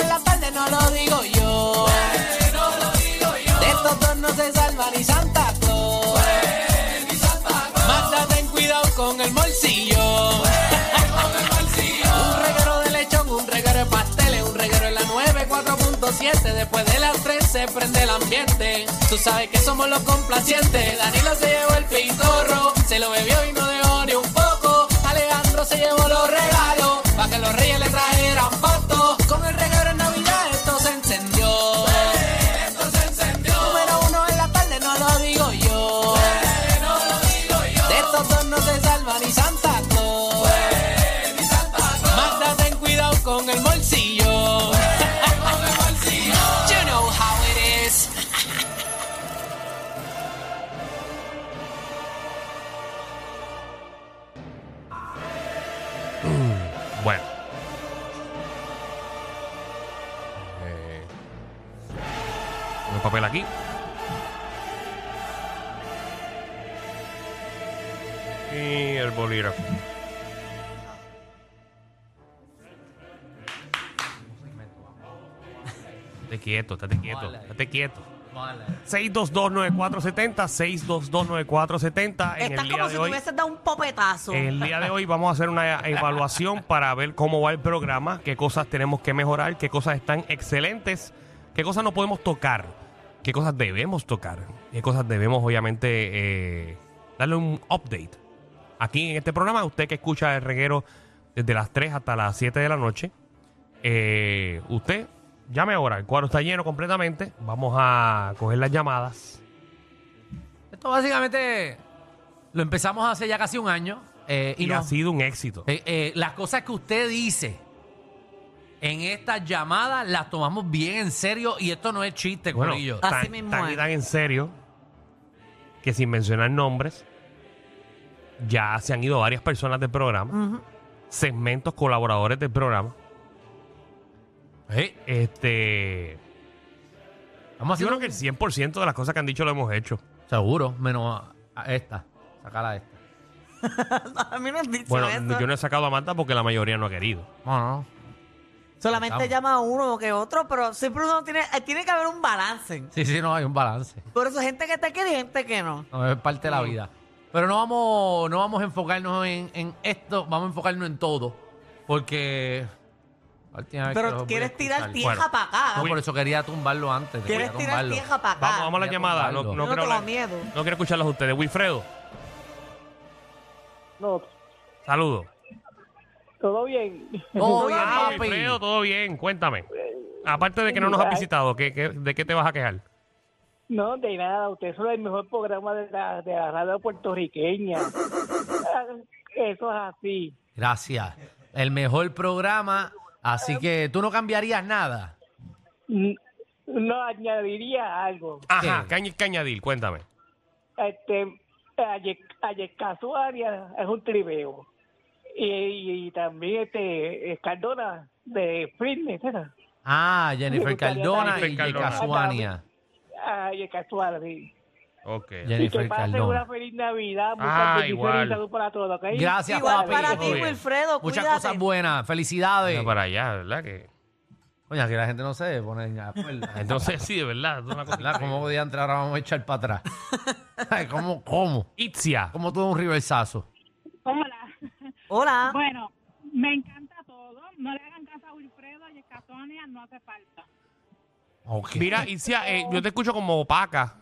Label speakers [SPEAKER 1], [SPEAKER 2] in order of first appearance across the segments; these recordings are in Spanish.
[SPEAKER 1] en la tarde no lo digo yo. De estos dos no se salva ni Santa Claus. Manda ten cuidado con el morcillo. un reguero de lechón, un reguero de pasteles, un reguero en la 9, 4.7. Después de las 3 se prende el ambiente. Tú sabes que somos los complacientes. Danilo se llevó el pintorro, se lo bebió y no dejó ni un poco. Alejandro se llevó los regalos, para que los reyes le trajeran fotos. Con el reguero en Navidad esto se encendió. esto se encendió. Número uno en la tarde no lo digo yo. De estos dos no se salva ni Santa Claus. Magda, ten cuidado con el bolsillo. You know how it is.
[SPEAKER 2] Bueno. Eh, tengo el papel aquí. Y el bolígrafo. Estate quieto, estate quieto, estate quieto. 6229470, 6229470 en
[SPEAKER 3] Estás
[SPEAKER 2] el día
[SPEAKER 3] como
[SPEAKER 2] de
[SPEAKER 3] si te
[SPEAKER 2] hoy. Eh,
[SPEAKER 3] hubieses dado un popetazo.
[SPEAKER 2] El día de hoy vamos a hacer una evaluación para ver cómo va el programa, qué cosas tenemos que mejorar, qué cosas están excelentes, qué cosas no podemos tocar, qué cosas debemos tocar, qué cosas debemos obviamente eh, darle un update. Aquí en este programa, usted que escucha el reguero desde las 3 hasta las 7 de la noche, eh, usted llame ahora, el cuadro está lleno completamente, vamos a coger las llamadas.
[SPEAKER 4] Esto básicamente lo empezamos hace ya casi un año eh, y,
[SPEAKER 2] Y
[SPEAKER 4] no-
[SPEAKER 2] ha sido un éxito.
[SPEAKER 4] eh, eh, las cosas que usted dice en estas llamadas las tomamos bien en serio y esto no es chiste,
[SPEAKER 2] Bueno,
[SPEAKER 4] Corillo.
[SPEAKER 3] ah,
[SPEAKER 2] tan,
[SPEAKER 3] Así mismo
[SPEAKER 2] tan y
[SPEAKER 3] es.
[SPEAKER 2] tan en serio que sin mencionar nombres, ya se han ido varias personas del programa, segmentos colaboradores del programa.
[SPEAKER 4] Eh,
[SPEAKER 2] Este,
[SPEAKER 4] vamos
[SPEAKER 2] yo
[SPEAKER 4] a
[SPEAKER 2] creo
[SPEAKER 4] hacer
[SPEAKER 2] que el 100% de las cosas que han dicho lo hemos hecho.
[SPEAKER 4] seguro, menos a, a esta. Sacala esta.
[SPEAKER 3] a mí no han dicho
[SPEAKER 2] Bueno,
[SPEAKER 3] eso.
[SPEAKER 2] yo no he sacado a Marta porque la mayoría no ha querido.
[SPEAKER 4] No, no.
[SPEAKER 3] Solamente
[SPEAKER 4] Estamos.
[SPEAKER 3] llama a uno que otro, pero siempre uno tiene, eh, tiene que haber un balance.
[SPEAKER 4] Sí, sí, no hay un balance.
[SPEAKER 3] Por eso gente que te quiere y gente que no.
[SPEAKER 4] No, es parte de la vida. Pero no vamos, no vamos a enfocarnos en, en esto, vamos a enfocarnos en todo. Porque. la última vez que los
[SPEAKER 3] Pero
[SPEAKER 4] voy a
[SPEAKER 3] quieres tirar
[SPEAKER 4] escuchar-
[SPEAKER 3] tierra
[SPEAKER 2] Bueno,
[SPEAKER 3] para acá.
[SPEAKER 4] No, por eso quería tumbarlo antes.
[SPEAKER 3] quieres
[SPEAKER 4] quería
[SPEAKER 3] tirar
[SPEAKER 4] tumbarlo.
[SPEAKER 3] tierra para acá.
[SPEAKER 2] Vamos, vamos a la
[SPEAKER 4] Voy a
[SPEAKER 2] llamada. No,
[SPEAKER 4] tumbarlo.
[SPEAKER 2] no
[SPEAKER 3] Yo no
[SPEAKER 2] creo
[SPEAKER 3] tengo
[SPEAKER 2] la-
[SPEAKER 3] miedo.
[SPEAKER 2] no quiero escucharlas a ustedes. Wilfredo,
[SPEAKER 5] No,
[SPEAKER 2] saludos.
[SPEAKER 5] todo bien.
[SPEAKER 4] Todo Oh, bien,
[SPEAKER 2] Ah,
[SPEAKER 4] papi.
[SPEAKER 2] Wilfredo, todo bien. Cuéntame. Aparte de que no nos has visitado, ¿qué- qué- de qué te vas a quejar?
[SPEAKER 5] No, de nada, ustedes son el mejor programa de la, de la radio puertorriqueña. Ah, Eso es así.
[SPEAKER 4] Gracias. El mejor programa. Así que tú no cambiarías nada.
[SPEAKER 5] Mm, No añadiría algo.
[SPEAKER 2] Ajá,
[SPEAKER 4] ¿Qué?
[SPEAKER 2] ¿qué hay que añadir? Cuéntame.
[SPEAKER 5] Este, Ayescaso Arias es un tribeo. Y, y también este eh, Cardona de Fitness, ¿verdad?
[SPEAKER 4] Ah, Jennifer
[SPEAKER 5] Me gustaría
[SPEAKER 4] Cardona
[SPEAKER 2] Jennifer
[SPEAKER 4] y
[SPEAKER 2] Cardona.
[SPEAKER 4] Casuania.
[SPEAKER 5] Ayescaso Arias.
[SPEAKER 2] Ok.
[SPEAKER 5] Y que
[SPEAKER 4] Jennifer
[SPEAKER 5] pasen una
[SPEAKER 4] Cardona.
[SPEAKER 5] feliz Navidad, muchas
[SPEAKER 2] Ah,
[SPEAKER 5] bendiciones
[SPEAKER 2] igual.
[SPEAKER 5] y salud para todos, ¿ok?
[SPEAKER 4] Gracias,
[SPEAKER 3] Igual
[SPEAKER 4] papi.
[SPEAKER 3] para ti,
[SPEAKER 2] Todo bien.
[SPEAKER 3] Wilfredo,
[SPEAKER 4] Muchas
[SPEAKER 3] cuídate.
[SPEAKER 4] cosas buenas. Felicidades.
[SPEAKER 2] Mira para allá, ¿verdad? Que,
[SPEAKER 4] Coño, que la gente no se pone en acuerdo.
[SPEAKER 2] entonces, sí, de verdad. es una cosa
[SPEAKER 4] ¿Verdad? ¿Cómo podía entrar ahora? Vamos a echar para atrás. Ay, ¿Cómo? ¿Cómo?
[SPEAKER 2] Itzia.
[SPEAKER 4] ¿Cómo todo un reversazo?
[SPEAKER 6] Hola.
[SPEAKER 3] Hola.
[SPEAKER 6] Bueno, me encanta todo. No le hagan caso a Wilfredo y a Catonia, no hace falta.
[SPEAKER 4] Ok.
[SPEAKER 2] Mira, Itzia, eh, yo te escucho como opaca.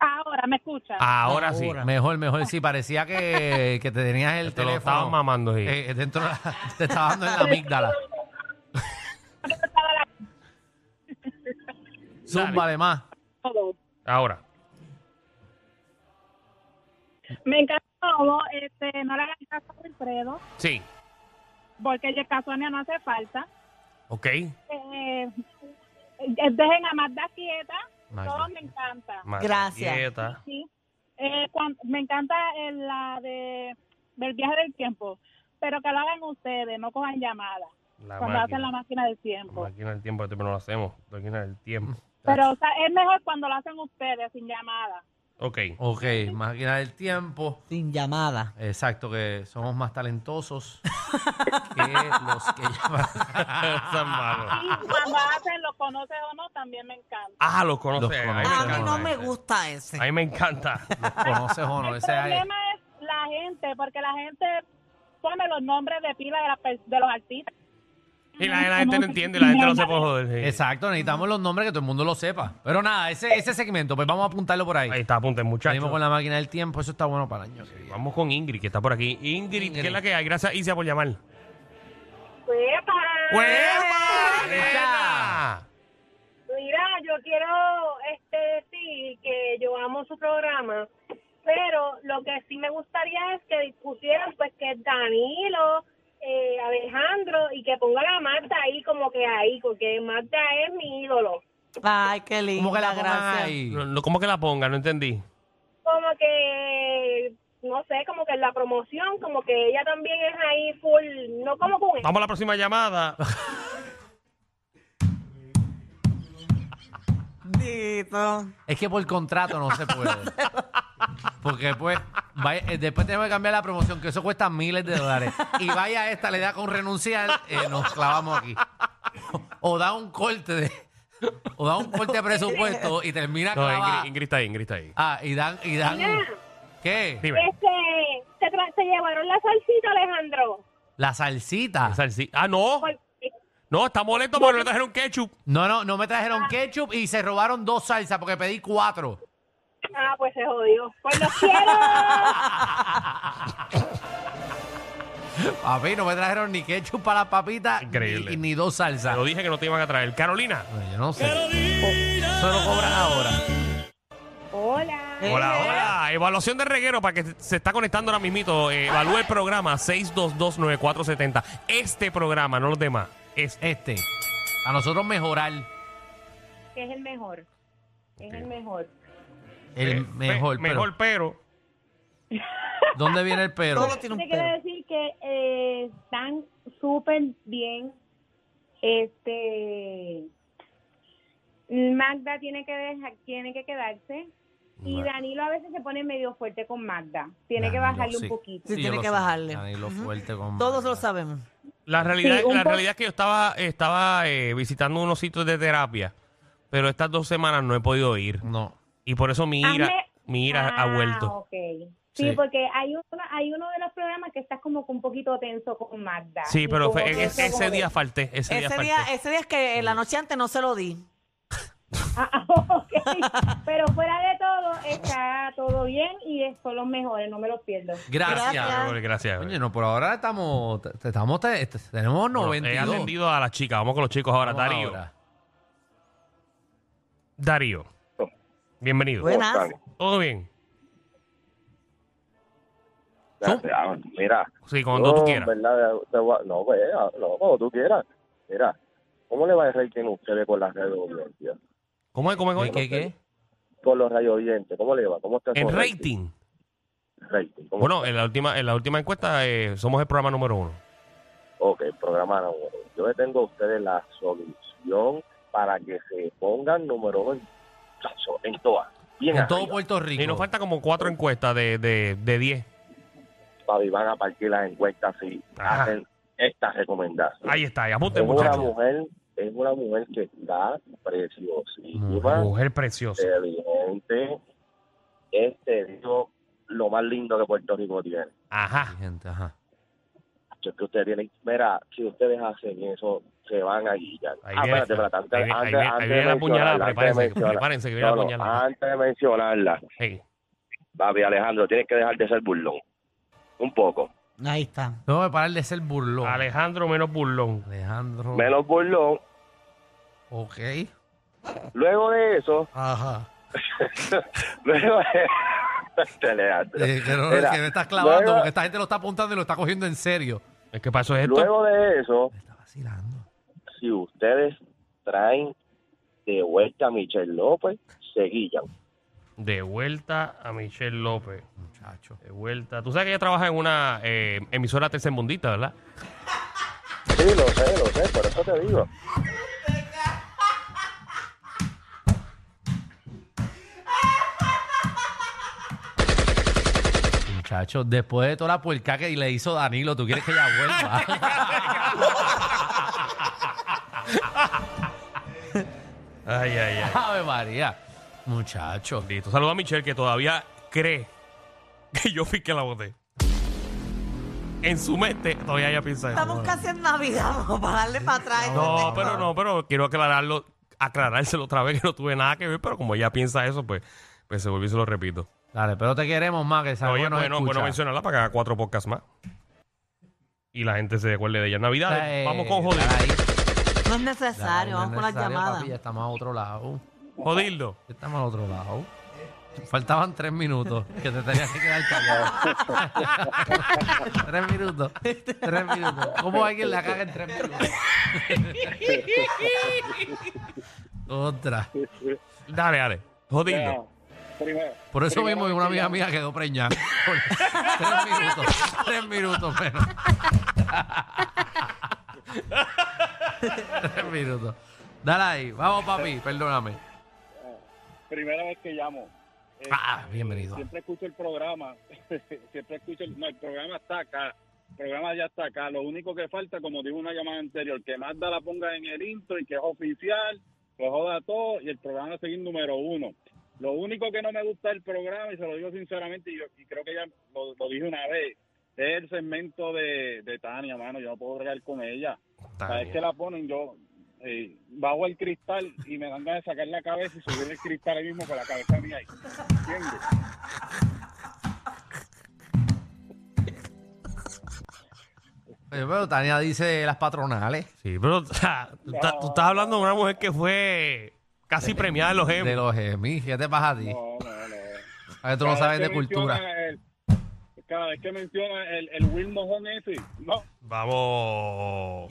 [SPEAKER 6] Ahora, ¿me escuchas?
[SPEAKER 4] Ah.
[SPEAKER 2] Ahora, sí.
[SPEAKER 4] Mejor, mejor. Sí, parecía que, que te tenías el
[SPEAKER 2] Te lo
[SPEAKER 4] teléfono.
[SPEAKER 2] estaban mamando. sí.
[SPEAKER 4] eh, dentro de la- te estaba dando en la amígdala. Zumba de más.
[SPEAKER 6] Todo.
[SPEAKER 2] Ahora.
[SPEAKER 6] Me encanta todo. Este, no le hagan caso a Wilfredo
[SPEAKER 2] Sí.
[SPEAKER 6] porque a Catonia no hace falta.
[SPEAKER 2] Ok.
[SPEAKER 6] Eh, eh, dejen a Magda quieta.
[SPEAKER 2] Magda.
[SPEAKER 6] Todos me encanta.
[SPEAKER 2] Madre
[SPEAKER 3] Gracias.
[SPEAKER 2] quieta.
[SPEAKER 6] Sí. Eh, cuan- me encanta eh, la de del viaje del tiempo, pero que lo hagan ustedes, no cojan llamadas
[SPEAKER 2] La
[SPEAKER 6] cuando
[SPEAKER 2] máquina.
[SPEAKER 6] hacen la máquina del tiempo.
[SPEAKER 2] La máquina del tiempo, pero no lo hacemos. La máquina del tiempo.
[SPEAKER 6] Pero o sea, es mejor cuando lo hacen ustedes sin llamada.
[SPEAKER 2] Ok.
[SPEAKER 4] Ok, máquina del tiempo.
[SPEAKER 3] Sin llamada.
[SPEAKER 4] Exacto, que somos más talentosos que los que llaman.
[SPEAKER 2] Eso es malo.
[SPEAKER 6] Y cuando hacen lo conoces o no, también me encanta.
[SPEAKER 2] Ah, los conoces.
[SPEAKER 4] Los
[SPEAKER 2] A mí me
[SPEAKER 4] conoces.
[SPEAKER 3] A mí
[SPEAKER 2] encanta
[SPEAKER 3] no me
[SPEAKER 2] ese.
[SPEAKER 3] gusta ese.
[SPEAKER 2] A mí me encanta.
[SPEAKER 4] ¿Conoces o no?
[SPEAKER 6] El
[SPEAKER 4] Ese es-
[SPEAKER 6] problema es la gente, porque la gente pone los nombres de pila de, las per- de los artistas.
[SPEAKER 2] Y la, la gente no entiende, la gente no se puede joder. sí.
[SPEAKER 4] Exacto, necesitamos los nombres que todo el mundo lo sepa. Pero nada, ese, ese segmento, pues vamos a apuntarlo por ahí.
[SPEAKER 2] Ahí está, apunten, muchachos.
[SPEAKER 4] Venimos con la máquina del tiempo, eso está bueno para el año. que viene.
[SPEAKER 2] Vamos con Ingrid, que está por aquí. Ingrid,
[SPEAKER 4] Ingrid.
[SPEAKER 2] ¿qué es la que hay? Gracias, Isia, por llamar.
[SPEAKER 6] ¡Uepa!
[SPEAKER 4] Pues.
[SPEAKER 2] ¡Pues, ¡Hueva!
[SPEAKER 4] ¡Esa!
[SPEAKER 2] nena!
[SPEAKER 6] Mira, yo quiero este, decir que yo amo su programa, pero lo que sí me gustaría es que discutieran, pues, que Danilo, eh, Alejandro, y que pongan a Marta ahí, como que ahí, porque Marta es mi ídolo.
[SPEAKER 3] Ay, qué lindo.
[SPEAKER 4] ¿Cómo que la pongan
[SPEAKER 3] gracias.
[SPEAKER 4] ahí?
[SPEAKER 2] No, no, ¿Cómo que la ponga? No entendí.
[SPEAKER 6] Como que, no sé, como que en la promoción, como que ella también es ahí full, no como con él.
[SPEAKER 2] Vamos a la próxima llamada.
[SPEAKER 3] Dito.
[SPEAKER 4] Es que por contrato no se puede. Porque pues, vaya- eh, después tenemos que cambiar la promoción, que eso cuesta miles de dólares. Y vaya esta, le da con renunciar, eh, nos clavamos aquí. O da un corte de, o da un corte de presupuesto y termina
[SPEAKER 2] No,
[SPEAKER 4] clavada.
[SPEAKER 2] Ingrid, Ingrid está ahí, Ingrid está ahí.
[SPEAKER 4] Ah, y dan, y dan. ¿Qué?
[SPEAKER 2] Dime.
[SPEAKER 6] Este, se, tra- se llevaron la salsita, Alejandro.
[SPEAKER 4] La salsita.
[SPEAKER 2] Esa sí. Ah, no.
[SPEAKER 6] Porque-
[SPEAKER 2] No, está molesto porque no le trajeron ketchup.
[SPEAKER 4] No, no, no me trajeron ketchup y se robaron dos salsas porque pedí cuatro.
[SPEAKER 6] Ah, pues se jodió. Pues los quiero.
[SPEAKER 4] A mí no me trajeron ni ketchup para las papitas
[SPEAKER 2] Increíble.
[SPEAKER 4] Ni, ni dos
[SPEAKER 2] Te
[SPEAKER 4] salsas.
[SPEAKER 2] lo dije que no te iban a traer. Carolina.
[SPEAKER 4] Bueno, yo no sé.
[SPEAKER 2] Oh,
[SPEAKER 4] Eso lo cobran ahora.
[SPEAKER 6] Hola.
[SPEAKER 2] Hola, hola. Evaluación de reguero para que se está conectando ahora mismito. Eh, evalúe el programa 6229470. Este programa, no los demás. Este.
[SPEAKER 4] Este. A nosotros mejorar
[SPEAKER 6] Que es el mejor. Es el mejor.
[SPEAKER 4] el
[SPEAKER 2] Eh,
[SPEAKER 4] mejor.
[SPEAKER 2] pe-
[SPEAKER 4] pero-
[SPEAKER 2] mejor, pero.
[SPEAKER 4] ¿Dónde viene el pero?
[SPEAKER 3] Todo tiene
[SPEAKER 6] Te
[SPEAKER 3] un
[SPEAKER 6] quiero
[SPEAKER 3] pelo.
[SPEAKER 6] decir que eh, están súper bien. Este. Magda tiene que dejar, tiene que quedarse. Y
[SPEAKER 2] Bueno.
[SPEAKER 6] Danilo a veces se pone medio fuerte con Magda. Tiene que
[SPEAKER 4] Danilo,
[SPEAKER 6] bajarle
[SPEAKER 4] sí.
[SPEAKER 6] un poquito.
[SPEAKER 3] Sí,
[SPEAKER 4] yo
[SPEAKER 3] tiene
[SPEAKER 4] lo
[SPEAKER 3] que
[SPEAKER 4] sé.
[SPEAKER 3] bajarle.
[SPEAKER 4] Danilo
[SPEAKER 3] Ujú.
[SPEAKER 4] fuerte con
[SPEAKER 3] Todos lo sabemos.
[SPEAKER 2] La realidad,
[SPEAKER 6] un
[SPEAKER 2] la
[SPEAKER 6] po-
[SPEAKER 2] realidad es que yo estaba, estaba eh, visitando unos sitios de terapia, pero estas dos semanas no he podido ir.
[SPEAKER 4] No.
[SPEAKER 2] Y por eso mi ira,
[SPEAKER 6] Hazme-
[SPEAKER 2] mi ira ha
[SPEAKER 6] Ah,
[SPEAKER 2] vuelto.
[SPEAKER 6] ok. Sí,
[SPEAKER 4] Sí.
[SPEAKER 6] porque hay uno, hay uno de los programas que estás como que un poquito tenso con Magda.
[SPEAKER 2] Sí,
[SPEAKER 6] Y
[SPEAKER 2] pero
[SPEAKER 6] como
[SPEAKER 2] fue-
[SPEAKER 6] que
[SPEAKER 2] es-
[SPEAKER 6] eso como
[SPEAKER 2] ese
[SPEAKER 6] que-
[SPEAKER 2] día falté. Ese, día
[SPEAKER 3] Ese
[SPEAKER 2] falté.
[SPEAKER 3] día, ese día es que la noche antes no se lo di.
[SPEAKER 6] Ah, ok. Pero fuera de todo, está todo bien y son los mejores, no me los pierdo.
[SPEAKER 4] Gracias.
[SPEAKER 3] Gracias.
[SPEAKER 2] Gracias, gracias.
[SPEAKER 4] Oye, no, por ahora estamos, te- estamos te- te- tenemos
[SPEAKER 2] No,
[SPEAKER 4] 92.
[SPEAKER 2] He atendido a las chicas. Vamos con los chicos ahora.
[SPEAKER 4] Vamos
[SPEAKER 2] Darío.
[SPEAKER 4] ahora.
[SPEAKER 2] Darío. Bienvenido.
[SPEAKER 3] Buenas.
[SPEAKER 2] ¿Todo bien?
[SPEAKER 4] Son-
[SPEAKER 7] Ya, Mira,
[SPEAKER 2] Sí, cuando
[SPEAKER 7] yo,
[SPEAKER 2] tú
[SPEAKER 7] en
[SPEAKER 2] quieras.
[SPEAKER 7] verdad, te voy a- no, pues, eh, no, cuando tú quieras. Mira, ¿cómo le va el rating a ustedes con las radios oyentes?
[SPEAKER 2] ¿Cómo es? ¿Cómo es?
[SPEAKER 4] ¿Qué, qué, qué?
[SPEAKER 7] Con los radios oyentes, ¿cómo le va? ¿Cómo está
[SPEAKER 2] En
[SPEAKER 7] su
[SPEAKER 2] rating.
[SPEAKER 7] Rating, ¿cómo
[SPEAKER 2] Bueno,
[SPEAKER 7] está?
[SPEAKER 2] en la última, en la última encuesta eh, somos el programa número uno.
[SPEAKER 7] Ok, programa número uno. Yo le tengo a ustedes la solución para que se pongan número uno en, chacho, en todas. Bien
[SPEAKER 4] En todo
[SPEAKER 2] pues.
[SPEAKER 7] arriba.
[SPEAKER 4] Puerto Rico.
[SPEAKER 2] Y nos falta como cuatro encuestas de, de, de diez.
[SPEAKER 7] Papi, van a partir las encuestas si
[SPEAKER 2] Ajá. este
[SPEAKER 7] hacen estas recomendaciones.
[SPEAKER 2] Ahí está, ahí
[SPEAKER 7] es
[SPEAKER 2] apunten,
[SPEAKER 7] una
[SPEAKER 2] muchachos.
[SPEAKER 7] mujer, es una mujer que está preciosísima.
[SPEAKER 2] Mujer preciosa.
[SPEAKER 7] Eh. inteligente. Este digo lo más lindo que Puerto Rico tiene.
[SPEAKER 2] Ajá.
[SPEAKER 4] Gente, ajá.
[SPEAKER 7] Yo que ustedes tienen, mira, si ustedes hacen eso, se van a guillar.
[SPEAKER 2] Ahí
[SPEAKER 7] Ah,
[SPEAKER 2] viene,
[SPEAKER 7] espérate, espérate, antes-
[SPEAKER 2] ahí viene-
[SPEAKER 7] antes-
[SPEAKER 2] ahí viene- ahí
[SPEAKER 7] antes
[SPEAKER 2] viene
[SPEAKER 7] de
[SPEAKER 2] la puñalada,
[SPEAKER 7] mencionarla,
[SPEAKER 2] prepárense,
[SPEAKER 7] antes de mencionarla.
[SPEAKER 2] prepárense, que viene
[SPEAKER 7] No,
[SPEAKER 2] la
[SPEAKER 7] ah, no,
[SPEAKER 2] puñalada.
[SPEAKER 7] Antes de mencionarla,
[SPEAKER 2] Hey.
[SPEAKER 7] papi Alejandro, tienes que dejar de ser burlón. Un poco.
[SPEAKER 3] Ahí está.
[SPEAKER 4] Tengo que parar de ser burlón.
[SPEAKER 2] Alejandro menos burlón.
[SPEAKER 4] Alejandro.
[SPEAKER 7] Menos burlón.
[SPEAKER 4] Ok.
[SPEAKER 7] Luego de eso,
[SPEAKER 4] Ajá.
[SPEAKER 7] luego de... Este Alejandro.
[SPEAKER 4] Eh, que, no-
[SPEAKER 7] Mira,
[SPEAKER 4] que me estás clavando
[SPEAKER 7] luego-
[SPEAKER 4] porque esta gente lo está apuntando y lo está cogiendo en serio.
[SPEAKER 2] Es que pasó esto.
[SPEAKER 7] Luego de eso,
[SPEAKER 4] Me está vacilando.
[SPEAKER 7] si ustedes traen de vuelta a Michelle López, se guillan.
[SPEAKER 2] De vuelta a Michelle López.
[SPEAKER 4] Muchacho.
[SPEAKER 2] De vuelta. Tú sabes que ella trabaja en una eh, emisora tercermundista, ¿verdad?
[SPEAKER 7] Sí, lo sé, lo sé, por eso te digo.
[SPEAKER 4] Muchacho, después de toda la puerca que le hizo Danilo, ¿tú quieres que ella vuelva?
[SPEAKER 2] Ay, ay, ay.
[SPEAKER 4] Ave María. Muchacho.
[SPEAKER 2] Listo. Saluda a Michelle que todavía cree que yo fui que la voté. En su mente todavía ella piensa eso.
[SPEAKER 3] Estamos casi en Navidad, vamos para darle para atrás.
[SPEAKER 2] No, pero no, pero quiero aclararlo, aclarárselo otra vez que no tuve nada que ver, pero como ella piensa eso, pues, pues se volvió y se lo repito.
[SPEAKER 4] Dale, pero te queremos más que sabes
[SPEAKER 2] Oye, pues
[SPEAKER 4] que nos
[SPEAKER 2] bueno,
[SPEAKER 4] Ah, escucha.
[SPEAKER 2] bueno mencionarla para que haga cuatro podcasts más. Y la gente se acuerde de ella. Navidad,
[SPEAKER 4] Dale,
[SPEAKER 2] vamos con Jodildo.
[SPEAKER 4] Eh, dale ahí,
[SPEAKER 3] No es
[SPEAKER 4] dale,
[SPEAKER 3] necesario,
[SPEAKER 4] no es
[SPEAKER 3] vamos con las
[SPEAKER 4] necesario,
[SPEAKER 3] llamadas.
[SPEAKER 4] papi, ya estamos a otro lado.
[SPEAKER 2] Jodildo.
[SPEAKER 4] Ya estamos a otro lado. Faltaban tres minutos que te tenías que quedar callado. tres minutos. Tres minutos. ¿Cómo alguien la caga en tres minutos? Otra.
[SPEAKER 2] Dale, dale. Jodildo.
[SPEAKER 7] Primero,
[SPEAKER 4] Por eso mismo una amiga mía quedó preñada. Por tres minutos. Tres minutos menos. tres minutos. Dale ahí. Vamos, papi. Perdóname.
[SPEAKER 7] primera vez que llamo.
[SPEAKER 4] Ah, bienvenido.
[SPEAKER 7] siempre escucho el programa, siempre escucho el, no, el programa está acá, el programa ya está acá, lo único que falta, como dijo una llamada anterior, que Magda la ponga en el intro y que es oficial, que joda todo y el programa seguir número uno. Lo único que no me gusta del programa, y se lo digo sinceramente, y, yo, y creo que ya lo, lo dije una vez, es el segmento de, de Tania, mano, yo no puedo regar con ella.
[SPEAKER 4] Ah,
[SPEAKER 7] Cada vez que la ponen yo eh, bajo el cristal y me dan ganas de sacar la cabeza y subir el cristal ahí mismo con la cabeza mía ahí. ¿Entiendes?
[SPEAKER 4] Oye, pero Tania dice las patronales.
[SPEAKER 2] Sí, pero o sea, tú, estás- tú estás hablando de una mujer que fue casi premiada en los
[SPEAKER 4] De
[SPEAKER 8] Em,
[SPEAKER 2] Emmys.
[SPEAKER 4] los Emmy. ¿Qué te pasa a ti?
[SPEAKER 7] No, no, no.
[SPEAKER 4] A que tú no
[SPEAKER 7] Cada
[SPEAKER 4] sabes
[SPEAKER 7] vez
[SPEAKER 4] de
[SPEAKER 7] que
[SPEAKER 4] cultura.
[SPEAKER 7] menciona el- cada vez que menciona el, el Will Mojón ese, no,
[SPEAKER 2] Vamos.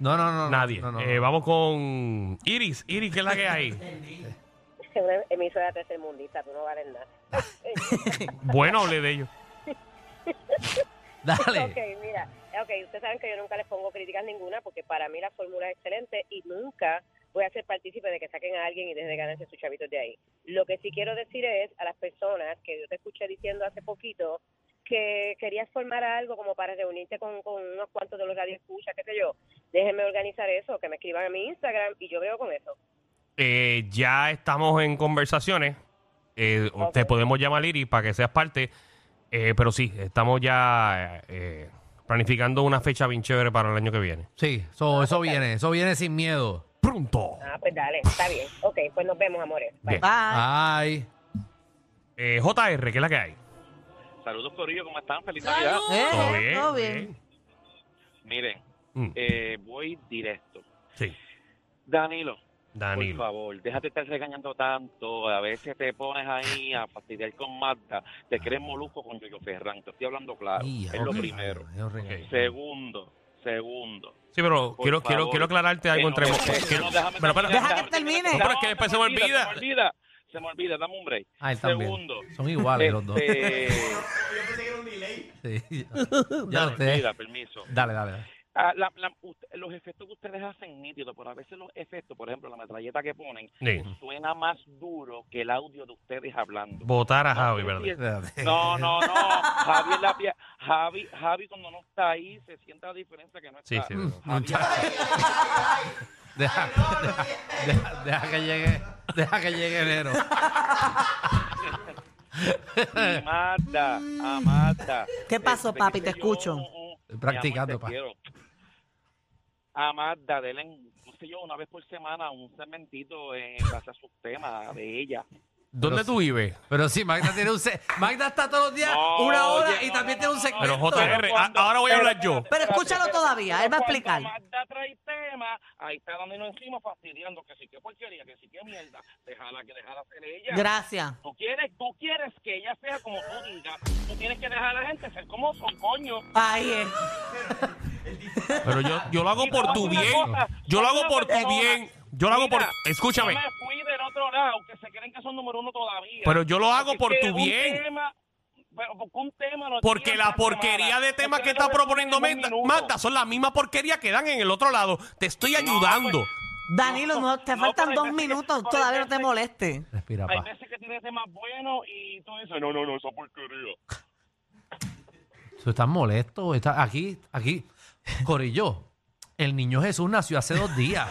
[SPEAKER 4] No, no, no. no,
[SPEAKER 2] Nadie.
[SPEAKER 4] No, no,
[SPEAKER 2] Eh,
[SPEAKER 4] no.
[SPEAKER 2] vamos con Iris. Iris, ¿qué es la que hay?
[SPEAKER 9] Es una emisora tercermundista, tú no vales nada.
[SPEAKER 2] bueno, hablé de ellos.
[SPEAKER 4] Dale.
[SPEAKER 9] Ok, mira, ok, ustedes saben que yo nunca les pongo críticas ninguna porque para mí la fórmula es excelente y nunca voy a ser partícipe de que saquen a alguien y dejen de ganarse sus chavitos de ahí. Lo que sí quiero decir es a las personas que yo te escuché diciendo hace poquito que querías formar algo como para reunirte con, con unos cuantos de los radioescuchas, qué sé yo, déjenme organizar eso, que me escriban a mi Instagram y yo veo con eso.
[SPEAKER 2] Eh, ya estamos en conversaciones. Eh,
[SPEAKER 9] Ok.
[SPEAKER 2] Te podemos llamar Iris para que seas parte. Eh, pero sí, estamos ya eh, planificando una fecha bien chévere para el año que viene.
[SPEAKER 4] Sí, eso, eso viene. Eso viene sin miedo.
[SPEAKER 2] Pronto.
[SPEAKER 9] Ah, pues dale, está bien. Ok, pues nos vemos, amores. Bye.
[SPEAKER 2] Bien.
[SPEAKER 3] Bye. Eh,
[SPEAKER 4] Ah, Ay.
[SPEAKER 2] Eh, JR, ¿qué es la que hay?
[SPEAKER 8] Saludos, Corillo, ¿cómo están? Feliz Navidad.
[SPEAKER 3] Eh,
[SPEAKER 2] Todo bien.
[SPEAKER 3] todo bien.
[SPEAKER 8] Miren,
[SPEAKER 2] Mm,
[SPEAKER 8] eh, voy directo.
[SPEAKER 2] sí,
[SPEAKER 8] Danilo, por
[SPEAKER 2] Danilo.
[SPEAKER 8] favor, déjate estar regañando tanto. A veces te pones ahí a fastidiar con Marta. Te crees molusco con Yoyo Ferran. Te estoy hablando claro.
[SPEAKER 4] Ay,
[SPEAKER 8] es lo
[SPEAKER 4] ok.
[SPEAKER 8] primero.
[SPEAKER 4] Ay, Dios, regalo.
[SPEAKER 8] Segundo, segundo.
[SPEAKER 2] Sí, pero
[SPEAKER 8] por
[SPEAKER 2] quiero, quiero,
[SPEAKER 8] favor.
[SPEAKER 2] quiero aclararte algo
[SPEAKER 8] Que
[SPEAKER 2] entre...
[SPEAKER 8] no,
[SPEAKER 2] mo-
[SPEAKER 8] que-
[SPEAKER 2] quiero-
[SPEAKER 8] no, déjame
[SPEAKER 2] pero, pero-
[SPEAKER 8] terminar,
[SPEAKER 3] Deja que
[SPEAKER 8] déjame
[SPEAKER 3] termine.
[SPEAKER 8] terminar.
[SPEAKER 2] No, pero es que después se me olvida.
[SPEAKER 8] Se me olvida, se me olvida. Dame un break.
[SPEAKER 4] Ah, él también.
[SPEAKER 8] Segundo.
[SPEAKER 4] Son iguales los dos.
[SPEAKER 8] este,
[SPEAKER 4] Sí.
[SPEAKER 8] se
[SPEAKER 4] Ya
[SPEAKER 8] me
[SPEAKER 4] ustedes-
[SPEAKER 8] olvida, permiso.
[SPEAKER 4] Dale, dale, dale.
[SPEAKER 8] Ah, la- la- usted- los efectos que ustedes hacen nítidos, pero a veces los efectos, por ejemplo, la metralleta que ponen,
[SPEAKER 2] Sí.
[SPEAKER 8] suena más duro que el audio de ustedes hablando.
[SPEAKER 2] Votar a
[SPEAKER 8] No,
[SPEAKER 2] Ah, Javi,
[SPEAKER 8] sí,
[SPEAKER 2] ¿verdad?
[SPEAKER 8] sí,
[SPEAKER 4] Espérate.
[SPEAKER 8] No, no, no. Javi, es la pie- Javi, Javi cuando no está ahí se siente la diferencia que no está.
[SPEAKER 2] Sí, sí.
[SPEAKER 4] Mm,
[SPEAKER 8] Javi-
[SPEAKER 4] muchacho. Deja, deja- deja- deja que llegue, deja que llegue enero.
[SPEAKER 8] Y Marta, a Marta.
[SPEAKER 3] ¿Qué pasó,
[SPEAKER 8] Este,
[SPEAKER 3] papi?
[SPEAKER 8] qué
[SPEAKER 3] te
[SPEAKER 8] sé yo,
[SPEAKER 3] escucho.
[SPEAKER 8] mm, mm.
[SPEAKER 4] practicando,
[SPEAKER 8] Mi amor,
[SPEAKER 4] pa.
[SPEAKER 8] te quiero. A Marta, denle, no sé yo, una vez por semana un segmentito en base a sus temas de ella.
[SPEAKER 2] ¿Dónde
[SPEAKER 4] Pero
[SPEAKER 2] tú vives?
[SPEAKER 4] Pero sí, Magda tiene un se- Magda está todos los días
[SPEAKER 8] No,
[SPEAKER 4] una hora
[SPEAKER 8] oye,
[SPEAKER 4] y
[SPEAKER 8] no,
[SPEAKER 4] también
[SPEAKER 8] no,
[SPEAKER 4] tiene
[SPEAKER 8] no,
[SPEAKER 4] un
[SPEAKER 8] no,
[SPEAKER 4] segmento.
[SPEAKER 2] Pero JR, a- ahora voy a hablar yo.
[SPEAKER 3] Pero escúchalo
[SPEAKER 8] Espérate,
[SPEAKER 3] todavía, él va a
[SPEAKER 8] cuando
[SPEAKER 3] explicar.
[SPEAKER 8] Magda trae tema, ahí está Danilo encima fastidiando que sí, que porquería, que sí, que mierda. Déjala que déjala ser ella.
[SPEAKER 3] Gracias.
[SPEAKER 8] tú quieres, tú quieres que ella
[SPEAKER 3] eh.
[SPEAKER 8] sea como tú digas. Tú tienes que dejar a la gente ser como son, coño.
[SPEAKER 3] Ahí es.
[SPEAKER 2] Pero yo, yo lo hago
[SPEAKER 8] Y te
[SPEAKER 2] por
[SPEAKER 8] voy a
[SPEAKER 2] tu
[SPEAKER 8] decir una
[SPEAKER 2] bien.
[SPEAKER 8] cosa,
[SPEAKER 2] Yo lo hago
[SPEAKER 8] una
[SPEAKER 2] por tu
[SPEAKER 8] persona-
[SPEAKER 2] bien. Yo lo hago por.
[SPEAKER 8] Mira,
[SPEAKER 2] Escúchame.
[SPEAKER 8] Yo me fui del otro lado, que se creen que son número uno todavía.
[SPEAKER 2] Pero yo lo hago
[SPEAKER 8] Porque
[SPEAKER 2] por
[SPEAKER 8] es que
[SPEAKER 2] tu
[SPEAKER 8] un
[SPEAKER 2] bien.
[SPEAKER 8] tema- pero porque un tema lo
[SPEAKER 2] Porque
[SPEAKER 8] tiran
[SPEAKER 2] la
[SPEAKER 8] cada
[SPEAKER 2] porquería
[SPEAKER 8] semana.
[SPEAKER 2] de
[SPEAKER 8] Ustedes
[SPEAKER 2] temas que
[SPEAKER 8] no
[SPEAKER 2] está
[SPEAKER 8] me
[SPEAKER 2] proponiendo
[SPEAKER 8] tienen un
[SPEAKER 2] Magda,
[SPEAKER 8] minuto.
[SPEAKER 2] Magda son la misma porquería que dan en el otro lado. Te estoy ayudando.
[SPEAKER 8] pues,
[SPEAKER 5] Danilo, no, te
[SPEAKER 8] no,
[SPEAKER 5] faltan
[SPEAKER 8] pero
[SPEAKER 5] dos
[SPEAKER 8] hay veces que-
[SPEAKER 5] minutos,
[SPEAKER 8] pero hay
[SPEAKER 5] todavía no te
[SPEAKER 8] veces-
[SPEAKER 5] moleste.
[SPEAKER 4] Respira,
[SPEAKER 8] Hay
[SPEAKER 4] pa.
[SPEAKER 8] veces que tiene temas buenos y tú dices, no, no, no, esa porquería.
[SPEAKER 4] Tú estás molesto. Estás aquí, aquí. Corillo, el niño Jesús nació hace dos días.